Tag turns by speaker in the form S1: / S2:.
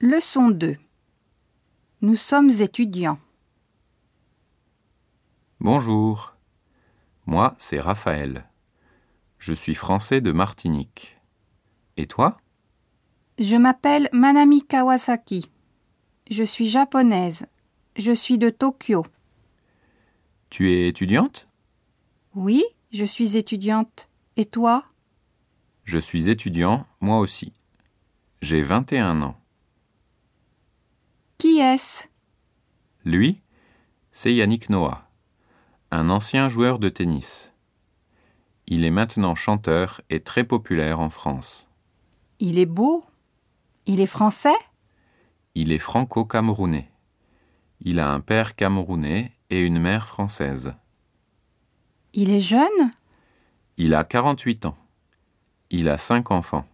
S1: Leçon 2 Nous sommes étudiants.
S2: Bonjour, moi c'est Raphaël. Je suis français de Martinique. Et toi
S1: Je m'appelle Manami Kawasaki. Je suis japonaise. Je suis de Tokyo.
S2: Tu es étudiante
S1: Oui, je suis étudiante. Et toi
S2: Je suis étudiant, moi aussi. J'ai 21 ans.
S1: Qui est-ce
S2: Lui, c'est Yannick Noah, un ancien joueur de tennis. Il est maintenant chanteur et très populaire en France.
S1: Il est beau. Il est français
S2: Il est franco-camerounais. Il a un père camerounais et une mère française.
S1: Il est jeune
S2: Il a 48 ans. Il a cinq enfants.